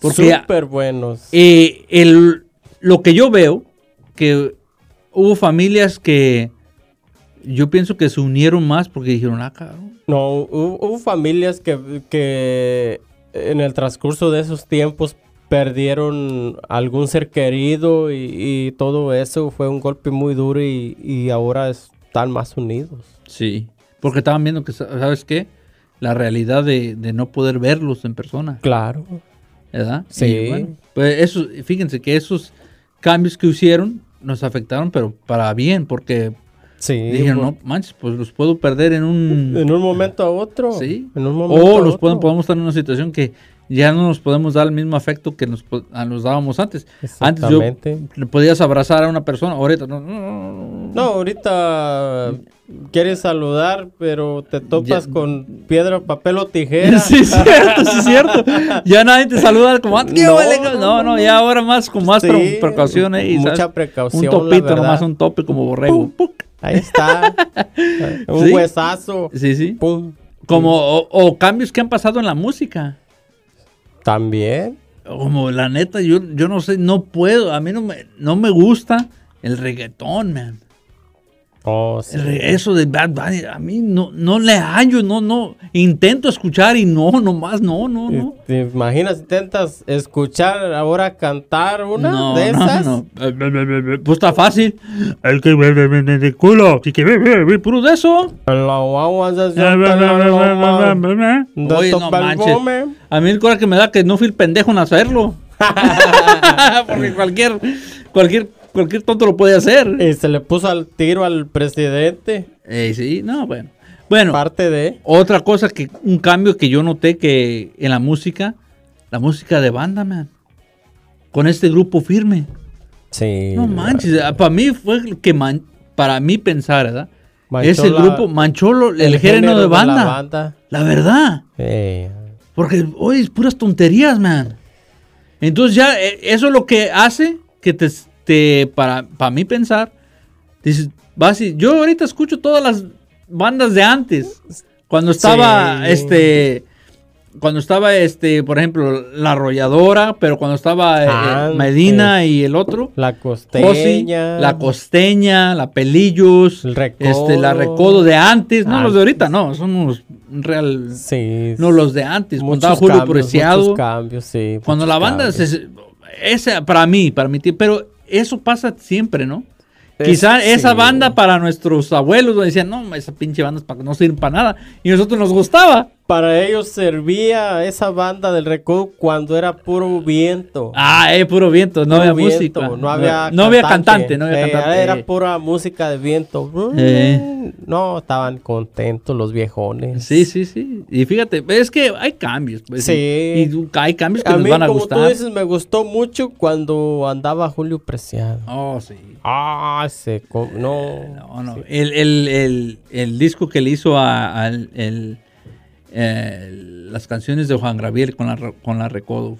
Speaker 2: Porque
Speaker 1: Súper buenos.
Speaker 2: eh, el, lo que yo veo, que hubo familias que yo pienso que se unieron más porque dijeron, ah, cabrón.
Speaker 1: No, hubo, hubo familias que, que en el transcurso de esos tiempos perdieron algún ser querido y, y todo eso fue un golpe muy duro y, y ahora están más unidos.
Speaker 2: Sí. Porque estaban viendo que, sa- ¿sabes qué? La realidad de, de no poder verlos en persona,
Speaker 1: Claro.
Speaker 2: ¿verdad?
Speaker 1: Sí.
Speaker 2: Y bueno, pues eso, fíjense que esos cambios que hicieron nos afectaron, pero para bien, porque
Speaker 1: Sí.
Speaker 2: dijeron,
Speaker 1: bueno,
Speaker 2: no manches, pues los puedo perder en un...
Speaker 1: En un momento a otro.
Speaker 2: Sí.
Speaker 1: En un momento
Speaker 2: O
Speaker 1: a
Speaker 2: los
Speaker 1: otro.
Speaker 2: pueden- podemos estar en una situación que ya no nos podemos dar el mismo afecto que nos, po- a- nos dábamos antes. Antes yo
Speaker 1: Exactamente.
Speaker 2: le podías abrazar a una persona, ahorita no. no, no, no,
Speaker 1: No, ahorita quieres saludar, pero te topas con piedra, papel o
Speaker 2: no.
Speaker 1: tijera.
Speaker 2: [LAUGHS] [LAUGHS] Sí, es cierto, sí, es cierto. Ya nadie te saluda como antes. ¿Qué
Speaker 1: No,
Speaker 2: huele? no, no,
Speaker 1: no,
Speaker 2: ya ahora más con más
Speaker 1: Sí,
Speaker 2: pre- precaución ahí,
Speaker 1: Mucha
Speaker 2: ¿sabes?
Speaker 1: precaución.
Speaker 2: Un
Speaker 1: la
Speaker 2: topito,
Speaker 1: verdad.
Speaker 2: nomás un tope como borrego. Puc.
Speaker 1: Ahí [LAUGHS] está. un
Speaker 2: Sí.
Speaker 1: huesazo.
Speaker 2: Sí, sí.
Speaker 1: Pum.
Speaker 2: Como, o, o cambios que han pasado en la música.
Speaker 1: También.
Speaker 2: Como la neta, yo, yo no sé, no puedo. A mí no me, no me gusta el reggaetón, man.
Speaker 1: Oh, sí.
Speaker 2: El regreso de Bad Bunny, a mí no, no le hallo, no, no. Intento escuchar y no, nomás no, no, no.
Speaker 1: ¿Te imaginas? Este, Intentas escuchar ahora cantar una
Speaker 2: no,
Speaker 1: de
Speaker 2: no,
Speaker 1: esas.
Speaker 2: no. Pues está fácil. El que bebe bebe de culo. Así que bebe, bebe, puro de eso.
Speaker 1: La guagua se
Speaker 2: Oye,
Speaker 1: sienta en la loma. De
Speaker 2: no
Speaker 1: topa el
Speaker 2: manches.
Speaker 1: bome.
Speaker 2: A mí el coraje que me da que no fui el pendejo en [LAUGHS] hacerlo. Porque cualquier, cualquier, cualquier tonto lo puede hacer.
Speaker 1: Y se le puso al tiro al presidente.
Speaker 2: Eh, sí, no, bueno. Bueno,
Speaker 1: Parte de.
Speaker 2: Otra cosa que un cambio que yo noté que en la música, la música de banda, man. Con este grupo firme.
Speaker 1: Sí.
Speaker 2: No manches, para mí fue el que man- para mí pensar, ¿verdad?
Speaker 1: Manchó
Speaker 2: Ese
Speaker 1: la-
Speaker 2: grupo manchó lo- el, género, de
Speaker 1: La,
Speaker 2: banda. La,
Speaker 1: banda.
Speaker 2: verdad,
Speaker 1: Eh,
Speaker 2: porque hoy es puras tonterías, man. Entonces ya eh, eso es lo que hace que te, te- para para mí pensar dices, vas y- yo ahorita escucho todas las bandas de antes. Cuando estaba
Speaker 1: Sí.
Speaker 2: este. Cuando estaba este, por ejemplo, la arrolladora, pero cuando estaba eh, eh,
Speaker 1: Antes.
Speaker 2: Medina y el otro.
Speaker 1: la
Speaker 2: Josi,
Speaker 1: Ah, costeña.
Speaker 2: Oh, la costeña, la pelillos,
Speaker 1: El Recodo. Ah,
Speaker 2: este, la recodo de antes, no los de ahorita, no, son unos real,
Speaker 1: Sí.
Speaker 2: no los de antes, cuando estaba Julio Preciado,
Speaker 1: muchos cambios, sí.
Speaker 2: cuando
Speaker 1: muchos
Speaker 2: la banda,
Speaker 1: cambios.
Speaker 2: se- esa para mí, para mi tiempo, pero eso pasa siempre, ¿no?
Speaker 1: Es-
Speaker 2: Quizá
Speaker 1: sí.
Speaker 2: esa banda para nuestros abuelos nos decían, no, esa pinche banda es para no sirve para nada, y a nosotros nos gustaba.
Speaker 1: Para ellos servía esa banda del recodo cuando era puro viento.
Speaker 2: Ah, eh, puro viento, no
Speaker 1: Puro
Speaker 2: había
Speaker 1: viento,
Speaker 2: música.
Speaker 1: No había,
Speaker 2: no había cantante, no había
Speaker 1: Eh,
Speaker 2: cantante.
Speaker 1: Era pura música de viento. Mm,
Speaker 2: Eh.
Speaker 1: No, estaban contentos los viejones.
Speaker 2: Sí, sí, sí. Y fíjate, es que hay cambios. Pues,
Speaker 1: Sí.
Speaker 2: Y, y hay cambios que
Speaker 1: a
Speaker 2: nos
Speaker 1: mí,
Speaker 2: van a
Speaker 1: como tú
Speaker 2: gustar.
Speaker 1: dices, me gustó mucho cuando andaba Julio Preciado.
Speaker 2: Oh, sí.
Speaker 1: Ah, se... co- No.
Speaker 2: Eh, No, no. El, el, el, el disco que le hizo a, al- el- el- las canciones de Juan Gabriel con la, re- con la Recodo.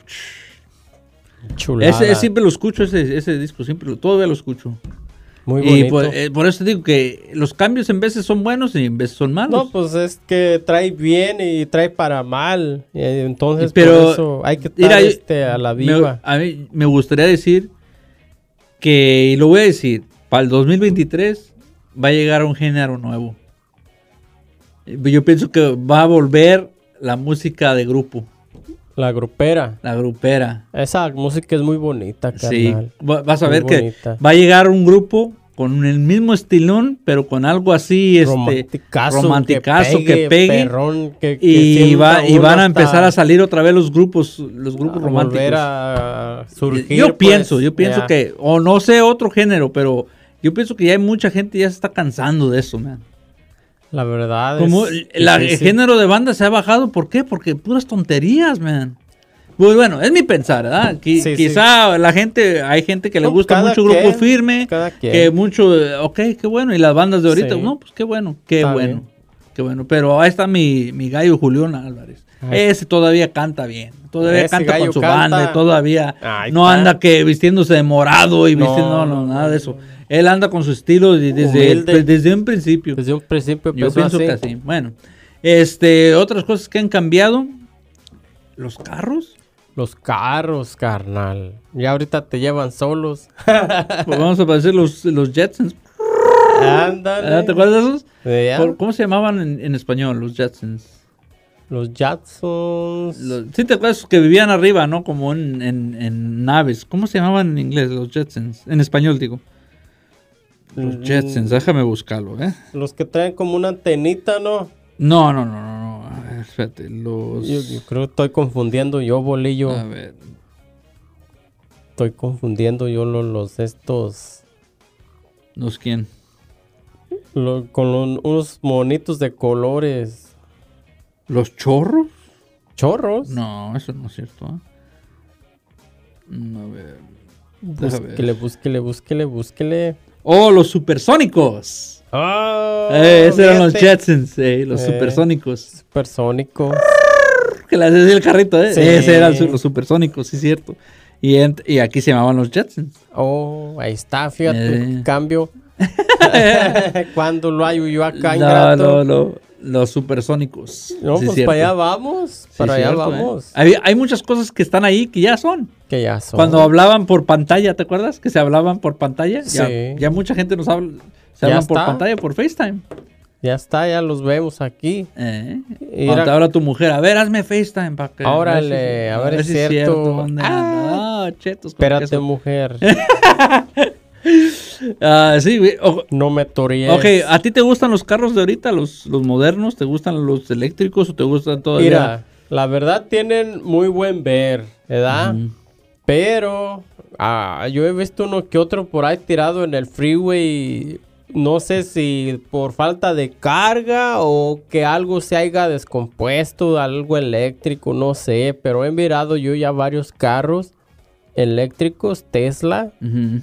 Speaker 1: Chulada.
Speaker 2: Ese, siempre lo escucho, ese, ese disco, siempre lo, todavía lo escucho.
Speaker 1: Muy
Speaker 2: y
Speaker 1: bonito.
Speaker 2: por, eh, por eso te digo que los cambios en veces son buenos y en veces son malos.
Speaker 1: No, pues es que trae bien y trae para mal. eh, Entonces,
Speaker 2: Y pero,
Speaker 1: por eso hay que estar
Speaker 2: mira, yo-
Speaker 1: este, a la
Speaker 2: Me,
Speaker 1: viva.
Speaker 2: a mí me gustaría decir que, y lo voy a decir, para el 2023 va a llegar un género nuevo. Yo pienso que va a volver la música de grupo,
Speaker 1: La grupera.
Speaker 2: la grupera.
Speaker 1: Esa música es muy bonita,
Speaker 2: Sí,
Speaker 1: carnal.
Speaker 2: va- vas a
Speaker 1: Muy
Speaker 2: ver que
Speaker 1: bonita.
Speaker 2: va a llegar un grupo con el mismo estilón, pero con algo así, este,
Speaker 1: romanticazo,
Speaker 2: romanticazo que pegue.
Speaker 1: perrón, que- que
Speaker 2: y,
Speaker 1: sienta
Speaker 2: va, y
Speaker 1: uno
Speaker 2: van a
Speaker 1: hasta
Speaker 2: empezar a salir otra vez los grupos, los grupos
Speaker 1: a
Speaker 2: románticos.
Speaker 1: volver a surgir.
Speaker 2: yo
Speaker 1: pues,
Speaker 2: pienso, yo pienso
Speaker 1: ya.
Speaker 2: que, o no sé otro género, pero yo pienso que ya hay mucha gente ya se está cansando de eso, man.
Speaker 1: La verdad
Speaker 2: Como
Speaker 1: es
Speaker 2: el- la- el
Speaker 1: difícil.
Speaker 2: género de banda se ha bajado, ¿por qué? Porque puras tonterías, man. Pues bueno, es mi pensar, ¿verdad? Qui-
Speaker 1: Sí, sí.
Speaker 2: quizá la gente, hay gente que le
Speaker 1: No,
Speaker 2: gusta
Speaker 1: cada
Speaker 2: mucho grupo
Speaker 1: quien,
Speaker 2: firme,
Speaker 1: cada quien.
Speaker 2: que mucho, eh, ok, qué bueno, y las bandas de ahorita,
Speaker 1: Sí.
Speaker 2: no, pues qué bueno, qué
Speaker 1: Está
Speaker 2: bueno,
Speaker 1: bien.
Speaker 2: qué bueno. Pero ahí está mi, mi gallo Julián Álvarez.
Speaker 1: Ahí
Speaker 2: Ese todavía canta bien, todavía
Speaker 1: Ese
Speaker 2: canta con
Speaker 1: gallo
Speaker 2: su
Speaker 1: canta.
Speaker 2: banda, y todavía
Speaker 1: Ahí
Speaker 2: no
Speaker 1: está.
Speaker 2: anda que vistiéndose de morado y
Speaker 1: No,
Speaker 2: vistiendo, no, no,
Speaker 1: no,
Speaker 2: nada de eso. Él anda con su estilo de- desde,
Speaker 1: Humilde.
Speaker 2: desde un principio.
Speaker 1: Desde un principio
Speaker 2: Yo
Speaker 1: empezó
Speaker 2: pienso
Speaker 1: así.
Speaker 2: que así. Bueno, este, otras cosas que han cambiado. Los carros.
Speaker 1: Los carros, carnal. Ya ahorita te llevan
Speaker 2: [LAUGHS]
Speaker 1: solos.
Speaker 2: Pues vamos a decir los, los Jetsons.
Speaker 1: Ándale.
Speaker 2: Ah, ¿Te acuerdas de esos?
Speaker 1: Ya.
Speaker 2: Por- ¿Cómo se llamaban en, en español los Jetsons?
Speaker 1: Los Jacksons.
Speaker 2: Los- sí, te acuerdas que vivían arriba, ¿no? Como en, en- en naves. ¿Cómo se llamaban en inglés los Jetsons? En español, digo. Los
Speaker 1: Mm.
Speaker 2: Jetsons, déjame buscarlo, ¿eh?
Speaker 1: Los que traen como una antenita, ¿no?
Speaker 2: No, no, no, no. no. A ver, espérate, los. Ah.
Speaker 1: Yo, yo creo que estoy confundiendo yo, bolillo.
Speaker 2: A ver.
Speaker 1: Estoy confundiendo yo lo- los estos.
Speaker 2: ¿Los quién?
Speaker 1: lo- con lo- unos monitos de colores.
Speaker 2: ¿Los chorros?
Speaker 1: ¿Chorros?
Speaker 2: No, eso no es cierto. ¿eh? Mm, A ver. deja ver.
Speaker 1: Búsquele, búsquele, búsquele, búsquele.
Speaker 2: Oh, los supersónicos.
Speaker 1: ¡Ah!
Speaker 2: Eh, esos eran los
Speaker 1: fíjate.
Speaker 2: Jetsons, eh, los
Speaker 1: Eh.
Speaker 2: supersónicos.
Speaker 1: Supersónico.
Speaker 2: Que le hacía el carrito, ¿eh?
Speaker 1: Sí.
Speaker 2: Ese eran su- los supersónicos, sí, cierto. Y, ent- y aquí se llamaban los Jetsons.
Speaker 1: Oh, ahí está, fíjate,
Speaker 2: Eh. [LAUGHS]
Speaker 1: cambio. Cuando lo hay yo acá,
Speaker 2: No,
Speaker 1: ingrato.
Speaker 2: no, no, los supersónicos.
Speaker 1: No,
Speaker 2: sí,
Speaker 1: pues
Speaker 2: cierto.
Speaker 1: para allá vamos,
Speaker 2: Sí,
Speaker 1: para allá
Speaker 2: cierto, ¿eh?
Speaker 1: vamos.
Speaker 2: Hay, hay muchas cosas que están ahí que ya son.
Speaker 1: Que ya son.
Speaker 2: Cuando hablaban por pantalla, ¿te acuerdas? Que se hablaban por pantalla.
Speaker 1: Sí.
Speaker 2: Ya, ya mucha gente nos habla. Se
Speaker 1: Ya
Speaker 2: hablan por
Speaker 1: está.
Speaker 2: pantalla, por FaceTime.
Speaker 1: Ya está, ya los vemos aquí.
Speaker 2: Eh,
Speaker 1: Y
Speaker 2: cuando
Speaker 1: era-
Speaker 2: te habla tu mujer, a ver, hazme FaceTime para que.
Speaker 1: Órale, a ver, es cierto.
Speaker 2: ¿dónde
Speaker 1: Ah.
Speaker 2: anda? No, chetos. con
Speaker 1: Espérate,
Speaker 2: queso.
Speaker 1: mujer.
Speaker 2: [LAUGHS] Ah, sí, güey. O-
Speaker 1: No me tories.
Speaker 2: ok, ah, ¿a ti te gustan los carros de ahorita, los, los modernos? ¿Te gustan los eléctricos o te gustan todavía?
Speaker 1: Mira, la verdad tienen muy buen ver, ¿verdad?
Speaker 2: Ujú.
Speaker 1: Pero ah, yo he visto uno que otro por ahí tirado en el freeway. No sé si por falta de carga o que algo se haya descompuesto, algo eléctrico, no sé. Pero he mirado yo ya varios carros eléctricos, Tesla,
Speaker 2: Ujú.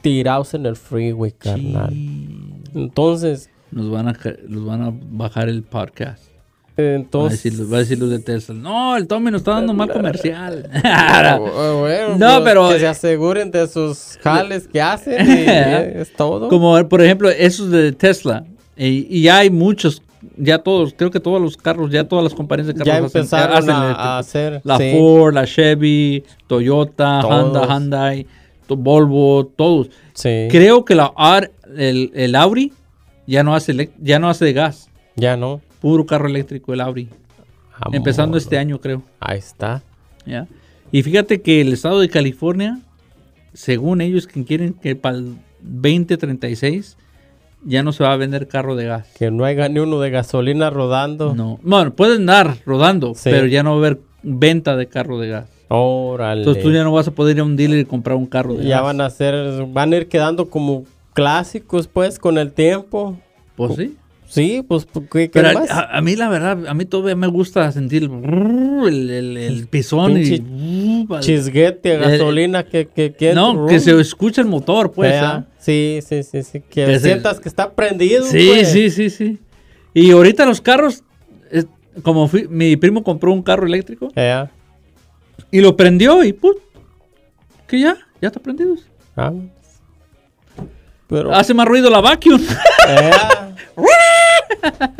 Speaker 1: tirados en el freeway, carnal.
Speaker 2: Sí.
Speaker 1: Entonces,
Speaker 2: Nos van, a, ca- nos van a bajar el podcast. Va a, [LAUGHS]
Speaker 1: entonces...
Speaker 2: decir, va a decir los de Tesla. No, el Tommy nos está dando mal comercial. [LAUGHS]
Speaker 1: Bu- bueno,
Speaker 2: Ah, No,
Speaker 1: pues,
Speaker 2: pero- eh,
Speaker 1: Que se aseguren de sus jales que
Speaker 2: [LAUGHS]
Speaker 1: hacen y eh, es todo.
Speaker 2: Como por ejemplo esos de Tesla. Y, y ya hay muchos, ya todos, creo que todos los carros, ya todas las compañías de carros
Speaker 1: ya
Speaker 2: hacen-
Speaker 1: empezaron
Speaker 2: hacen
Speaker 1: a,
Speaker 2: eléctricos.
Speaker 1: a hacer...
Speaker 2: La
Speaker 1: sí.
Speaker 2: Ford, la Chevy, Toyota,
Speaker 1: Todos.
Speaker 2: Honda, Hyundai, to- Volvo, todos.
Speaker 1: Sí.
Speaker 2: Creo que la Ar- el, el Audi ya no hace elec- ya no hace de gas,
Speaker 1: Ya no.
Speaker 2: puro carro eléctrico el Audi. Empezando este año creo.
Speaker 1: Ahí está.
Speaker 2: ¿ya? Y fíjate que el estado de California, según ellos que quieren que para el 2036 ya no se va a vender carro de gas.
Speaker 1: Que no haya ni uno de gasolina rodando.
Speaker 2: No. Bueno, pueden dar rodando,
Speaker 1: Sí.
Speaker 2: pero ya no va a haber venta de carro de gas.
Speaker 1: Órale.
Speaker 2: Entonces tú ya no vas a poder ir a un dealer y comprar un carro de
Speaker 1: Ya
Speaker 2: gas.
Speaker 1: van a ser... Van a ir quedando como clásicos, pues, con el tiempo.
Speaker 2: Pues sí.
Speaker 1: Sí, pues, ¿qué, qué
Speaker 2: Pero ah,
Speaker 1: más?
Speaker 2: a, a mí la verdad, a mí todavía me gusta sentir el, brrr, el, el- el pisón y...
Speaker 1: Pinche
Speaker 2: brrr, pa-
Speaker 1: Chisguete,
Speaker 2: eh,
Speaker 1: gasolina, que... que, que
Speaker 2: no, que se escucha el motor, pues.
Speaker 1: Vea,
Speaker 2: ¿ah?
Speaker 1: Sí, sí, sí, sí. Que,
Speaker 2: Que se-
Speaker 1: sientas que está prendido.
Speaker 2: Sí,
Speaker 1: pues.
Speaker 2: sí, sí, sí. Y ahorita los carros, es- como fui- mi primo compró un carro eléctrico
Speaker 1: Vea.
Speaker 2: y lo prendió y ¡pum! Que ya, ya está prendido.
Speaker 1: Ah. Pero,
Speaker 2: Hace más ruido la vacuum. [LAUGHS]
Speaker 1: vea.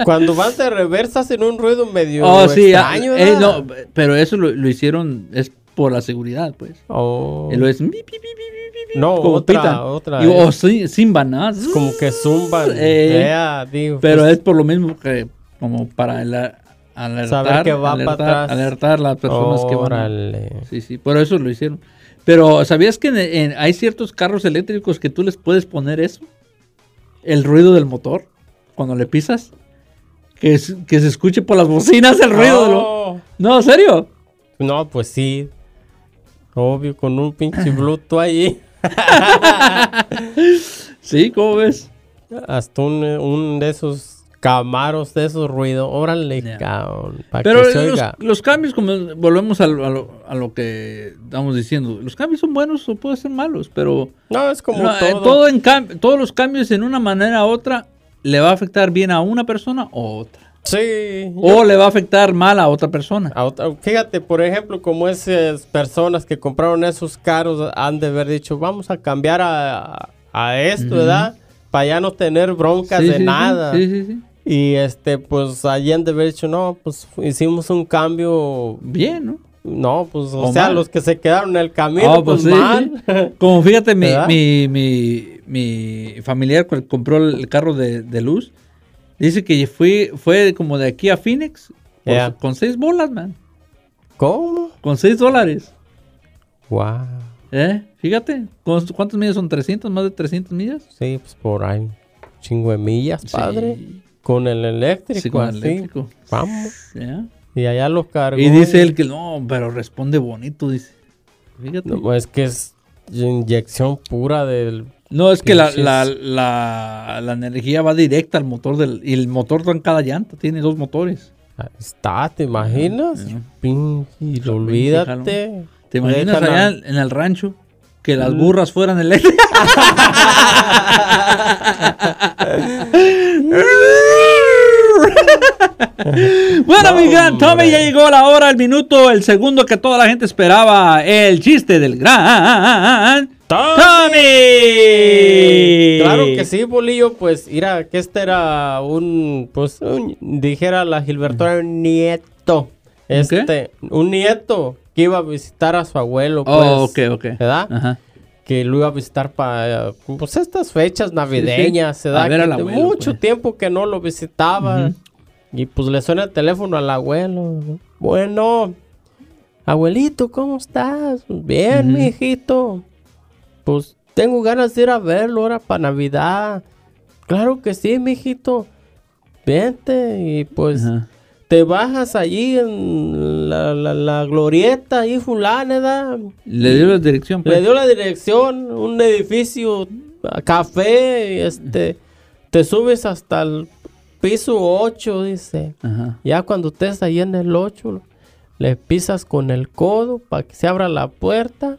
Speaker 1: Cuando vas de reversa hacen un ruido medio
Speaker 2: [LAUGHS] Oh, sí, ah,
Speaker 1: extraño,
Speaker 2: eh,
Speaker 1: ¿verdad?
Speaker 2: no, pero eso lo, lo hicieron es por la seguridad, pues.
Speaker 1: Oh.
Speaker 2: Y lo es. pi, pi, pi, pi, pi, pi,
Speaker 1: No,
Speaker 2: como
Speaker 1: otra,
Speaker 2: pitan.
Speaker 1: otra,
Speaker 2: Y-
Speaker 1: eh.
Speaker 2: o sí- zimban, ¿no?
Speaker 1: Como que zumban.
Speaker 2: Eh,
Speaker 1: Vea, digo,
Speaker 2: Pero
Speaker 1: pues,
Speaker 2: es por lo mismo que como para ala- alertar,
Speaker 1: Saber que va pa'
Speaker 2: alertar,
Speaker 1: atrás.
Speaker 2: alertar a las personas que van. a-
Speaker 1: órale.
Speaker 2: Sí, sí, por eso lo hicieron. Pero ¿sabías que en- en- hay ciertos carros eléctricos que tú les puedes poner eso? El ruido del motor cuando le pisas. Que, es- que se escuche por las bocinas el ruido. del mo-
Speaker 1: Oh.
Speaker 2: No, ¿en serio?
Speaker 1: No, pues sí. Obvio, con un
Speaker 2: [LAUGHS]
Speaker 1: pinche Bluetooth ahí.
Speaker 2: Sí, ¿cómo ves?
Speaker 1: Hasta eh, un, un de esos Camaros de esos ruidos, órale,
Speaker 2: Ya.
Speaker 1: cabrón. pa'
Speaker 2: Pero
Speaker 1: Ah, que se
Speaker 2: los,
Speaker 1: oiga.
Speaker 2: los cambios, como volvemos a, lo- a lo, a lo que estamos diciendo, los cambios son buenos o pueden ser malos, pero
Speaker 1: No, es como
Speaker 2: no, eh,
Speaker 1: todo.
Speaker 2: todo en cam- todos los cambios en una manera u otra le va a afectar bien a una persona o a otra.
Speaker 1: Sí.
Speaker 2: O le va a afectar mal a otra persona.
Speaker 1: A otra- Fíjate, por ejemplo, como esas personas que compraron esos carros han de haber dicho, vamos a cambiar a, a esto, ¿verdad? Para ya no tener broncas
Speaker 2: Sí,
Speaker 1: de
Speaker 2: sí, sí,
Speaker 1: nada.
Speaker 2: sí, sí, sí.
Speaker 1: Y este, pues allí han de haber dicho, no, pues hicimos un cambio.
Speaker 2: Bien, ¿no?
Speaker 1: No, pues, o,
Speaker 2: O
Speaker 1: sea,
Speaker 2: mal.
Speaker 1: los que se quedaron en el camino,
Speaker 2: Ah,
Speaker 1: pues,
Speaker 2: sí,
Speaker 1: mal.
Speaker 2: sí. Como fíjate, mi,
Speaker 1: ¿Verdad?
Speaker 2: mi, mi, mi familiar cual compró el carro de, de luz. Dice que fui, fue como de aquí a Phoenix por-
Speaker 1: Yeah.
Speaker 2: con seis bolas, man.
Speaker 1: [LAUGHS] ¿Cómo?
Speaker 2: Con seis dólares.
Speaker 1: Wow.
Speaker 2: ¿Eh? Fíjate. ¿Con- ¿Cuántas millas son? ¿300? ¿Más de 300 millas?
Speaker 1: Sí, pues por ahí. Chingo de millas, padre. Con el eléctrico,
Speaker 2: Sí, con
Speaker 1: así.
Speaker 2: eléctrico.
Speaker 1: Vamos.
Speaker 2: ¿Ya?
Speaker 1: Y allá los cargó.
Speaker 2: Y dice él que no, pero responde bonito, dice. Fíjate. No,
Speaker 1: No, es que es inyección pura del...
Speaker 2: es que la,
Speaker 1: pinches.
Speaker 2: la- la- la energía va directa al motor del, y el motor en cada llanta, tiene dos motores.
Speaker 1: Está, ¿te imaginas?
Speaker 2: Ajá.
Speaker 1: Pin- y lo olvídate.
Speaker 2: ¿Te imaginas
Speaker 1: Dejan
Speaker 2: allá
Speaker 1: a-
Speaker 2: en, en el rancho que
Speaker 1: Mm.
Speaker 2: las burras fueran eléctricas? [LAUGHS] [LAUGHS] bueno,
Speaker 1: No,
Speaker 2: mi gran Tommy,
Speaker 1: hombre.
Speaker 2: ya llegó la hora, el minuto, el segundo que toda la gente esperaba, el chiste del gran
Speaker 1: ¡Tommy!
Speaker 2: Tommy.
Speaker 1: Claro que sí, Bolillo, pues, mira, que este era un, pues, un- dijera la Gilberto, era Mm. un nieto. Este, un nieto que iba a visitar a su abuelo, pues,
Speaker 2: Oh, ok, ok.
Speaker 1: ¿verdad?
Speaker 2: Ajá.
Speaker 1: que lo iba a visitar para, pues, estas fechas navideñas,
Speaker 2: Sí, sí.
Speaker 1: ¿verdad?
Speaker 2: A ver
Speaker 1: Que
Speaker 2: al
Speaker 1: de
Speaker 2: abuelo,
Speaker 1: mucho
Speaker 2: pues.
Speaker 1: tiempo que no lo visitaba.
Speaker 2: Ujú.
Speaker 1: Y, pues, le suena el teléfono al abuelo. Bueno, abuelito, ¿cómo estás? Bien,
Speaker 2: Ujú.
Speaker 1: mijito. Pues, tengo ganas de ir a verlo ahora para Navidad. Claro que sí, mijito. Vente y, pues
Speaker 2: Ajá.
Speaker 1: te bajas allí en la, la- la glorieta, ahí fulana, ¿verdad?
Speaker 2: Le dio la dirección. pues.
Speaker 1: Le dio la dirección, un edificio, café, este, te subes hasta el piso 8, dice.
Speaker 2: Ajá.
Speaker 1: Ya cuando estés ahí en el 8, le pisas con el codo para que se abra la puerta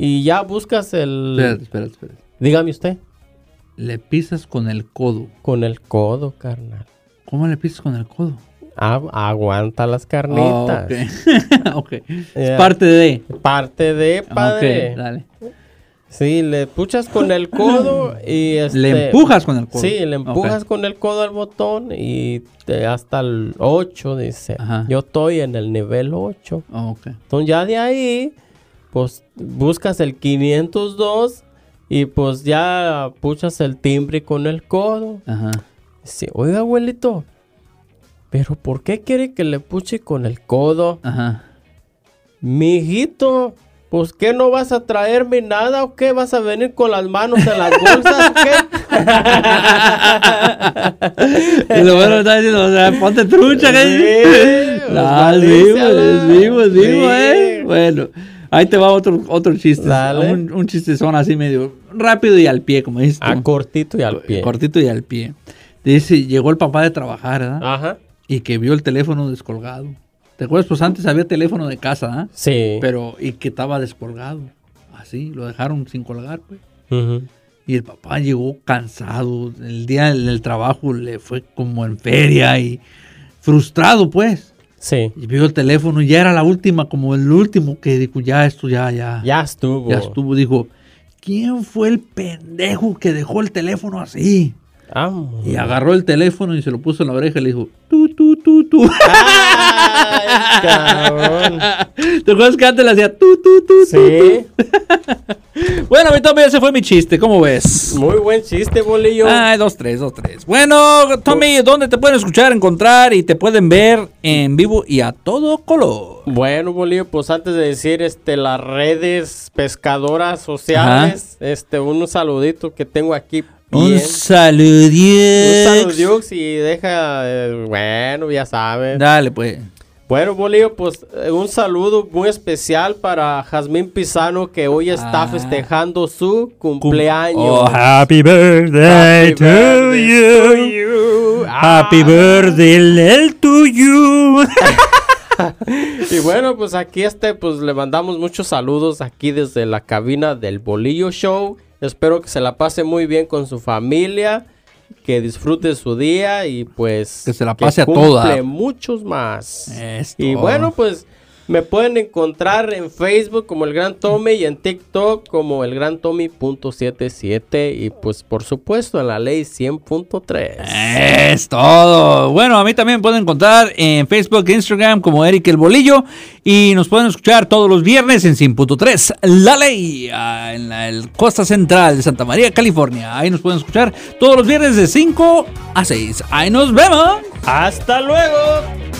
Speaker 1: y ya buscas el...
Speaker 2: Espérate, espérate, espérate.
Speaker 1: Dígame usted,
Speaker 2: Le pisas con el codo.
Speaker 1: con el codo, carnal.
Speaker 2: ¿Cómo le pisas con el codo?
Speaker 1: Agu- aguanta las
Speaker 2: Ah,
Speaker 1: carnitas.
Speaker 2: ok. Oh, Ok. [LAUGHS]
Speaker 1: Ya.
Speaker 2: Es parte de.
Speaker 1: Parte de, padre.
Speaker 2: Ah, Ok, dale.
Speaker 1: Sí, le puchas con el codo y este,
Speaker 2: Le empujas con el codo.
Speaker 1: Sí, le empujas
Speaker 2: Ok.
Speaker 1: con el codo al botón y te- hasta el 8 dice.
Speaker 2: Ajá.
Speaker 1: Yo estoy en el nivel 8.
Speaker 2: Ah, ok.
Speaker 1: Entonces ya de ahí pues buscas el 502 y pues ya puchas el timbre con el codo.
Speaker 2: Ajá.
Speaker 1: Dice, "Oiga, abuelito, pero ¿por qué quiere que le puche con el codo?" [LAUGHS]
Speaker 2: Ajá.
Speaker 1: Mijito, pues qué no vas a traerme nada o qué vas a venir con las manos en las bolsas, o
Speaker 2: [LAUGHS] Y lo bueno está diciendo, o sea, ponte trucha, ¿eh?
Speaker 1: qué?
Speaker 2: [LAUGHS] No, sí, pues, sí, pues, sí, pues, Bueno, ahí te va otro, otro chiste.
Speaker 1: Dale.
Speaker 2: Un, un chistezón así medio rápido y al pie, como dices.
Speaker 1: A
Speaker 2: tú.
Speaker 1: cortito y Ah, al pie.
Speaker 2: Cortito y al pie. Dice, llegó el papá de trabajar, ¿verdad?
Speaker 1: Ajá.
Speaker 2: Y que vio el teléfono descolgado. ¿Te acuerdas? Pues antes había teléfono de casa, ¿ah?
Speaker 1: Sí.
Speaker 2: Pero, y que estaba descolgado. Así, lo dejaron sin colgar, pues.
Speaker 1: Ujú.
Speaker 2: Y el papá llegó cansado. El día del del trabajo le fue como en feria y frustrado, pues.
Speaker 1: Sí.
Speaker 2: Y vio el teléfono, ya era la última, como el último que dijo, ya esto, ya, ya.
Speaker 1: Ya estuvo.
Speaker 2: Ya estuvo, dijo, ¿quién fue el pendejo que dejó el teléfono así?
Speaker 1: Vamos.
Speaker 2: Y agarró el teléfono y se lo puso en la oreja y le dijo, tú, tú, tú, tú. [LAUGHS]
Speaker 1: Ay, cabrón.
Speaker 2: ¿Te acuerdas que antes le hacía tú, tú, tú, tú?
Speaker 1: Sí.
Speaker 2: Bueno, mi Tommy, ese fue mi chiste, ¿cómo ves?
Speaker 1: Muy buen chiste, bolillo.
Speaker 2: Ay, dos, tres, dos, tres. Bueno, Tommy, ¿dónde te pueden escuchar, encontrar y te pueden ver en vivo y a todo color?
Speaker 1: Bueno, Bolillo, pues antes de decir este, las redes pescadoras sociales, este, un saludito que tengo aquí.
Speaker 2: Un
Speaker 1: bien. Un
Speaker 2: saludio.
Speaker 1: saludux y deja, eh, bueno, ya sabes.
Speaker 2: Dale, pues.
Speaker 1: Bueno, Bolillo, pues eh, un saludo muy especial para Jazmín Pisano que hoy está
Speaker 2: Ah.
Speaker 1: festejando su cumpleaños.
Speaker 2: Oh,
Speaker 1: Happy birthday to you. Ah.
Speaker 2: Happy birthday el tuyo.
Speaker 1: Y bueno, pues aquí este, pues le mandamos muchos saludos aquí desde la cabina del Bolillo Show. Espero que se la pase muy bien con su familia, que disfrute su día y pues
Speaker 2: Que se la pase a
Speaker 1: cumple
Speaker 2: toda.
Speaker 1: muchos más.
Speaker 2: Es
Speaker 1: Y
Speaker 2: todo.
Speaker 1: bueno, pues me pueden encontrar en Facebook como el Gran Tommy y en TikTok como el Gran Tommy.77 y pues por supuesto en la ley
Speaker 2: Eh.
Speaker 1: 100.3.
Speaker 2: Es todo. Bueno, a mí también me pueden encontrar en Facebook e Instagram como Eric el Bolillo. Y nos pueden escuchar todos los viernes en 100.3 La Ley, ah, en la el costa central de Santa María, California. Ahí nos pueden escuchar todos los viernes de 5 a 6. Ahí nos vemos.
Speaker 1: Hasta luego.